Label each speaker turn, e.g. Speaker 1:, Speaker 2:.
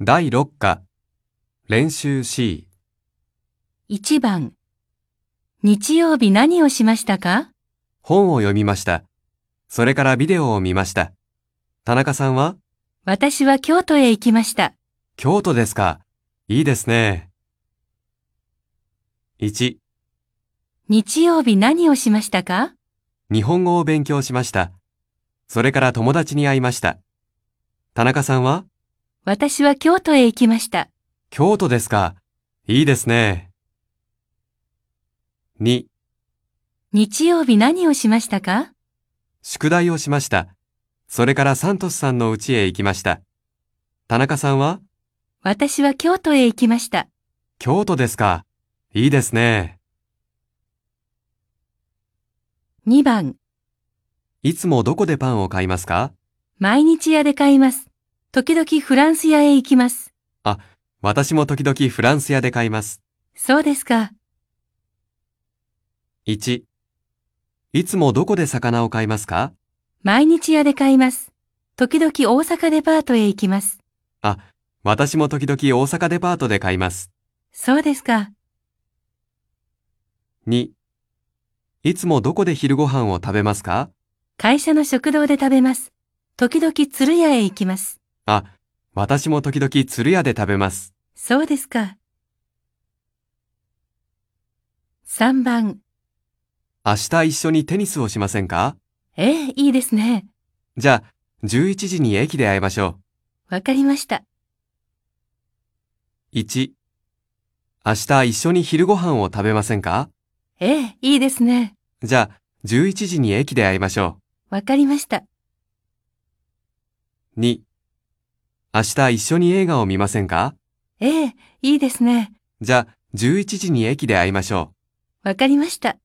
Speaker 1: 第6課、練習 C、
Speaker 2: 1番日曜日何をしましたか
Speaker 1: 本を読みました。それからビデオを見ました。田中さんは
Speaker 2: 私は京都へ行きました。
Speaker 1: 京都ですか。いいですね。1、
Speaker 2: 日曜日何をしましたか
Speaker 1: 日本語を勉強しました。それから友達に会いました。田中さんは
Speaker 2: 私は京都へ行きました。
Speaker 1: 京都ですか。いいですね。2、
Speaker 2: 日曜日何をしましたか
Speaker 1: 宿題をしました。それからサントスさんの家へ行きました。田中さんは
Speaker 2: 私は京都へ行きました。
Speaker 1: 京都ですか。いいですね。
Speaker 2: 2番
Speaker 1: いつもどこでパンを買いますか
Speaker 2: 毎日屋で買います。時々フランス屋へ行きます。
Speaker 1: 私も時々フランス屋で買います。
Speaker 2: そうですか。
Speaker 1: 1、いつもどこで魚を買いますか
Speaker 2: 毎日屋で買います。時々大阪デパートへ行きます。
Speaker 1: 私も時々大阪デパートで買います。
Speaker 2: そうですか。
Speaker 1: 2、いつもどこで昼ご飯を食べますか
Speaker 2: 会社の食堂で食べます。時々鶴屋へ行きます。
Speaker 1: あ、私も時々鶴屋で食べます。
Speaker 2: そうですか。3番。
Speaker 1: 明日一緒にテニスをしませんか
Speaker 2: ええ、いいですね。
Speaker 1: じゃあ、11時に駅で会いましょ
Speaker 2: わかりました。
Speaker 1: う。1、明日一緒に昼ご飯を食べませんか
Speaker 2: ええ、いいですね。
Speaker 1: じゃあ、11時に駅で会いましょう。
Speaker 2: わかりました。
Speaker 1: 2明日一緒に映画を見ませんか
Speaker 2: ええ、いいですね。
Speaker 1: じゃあ11時に駅で会いましょう。
Speaker 2: わかりました。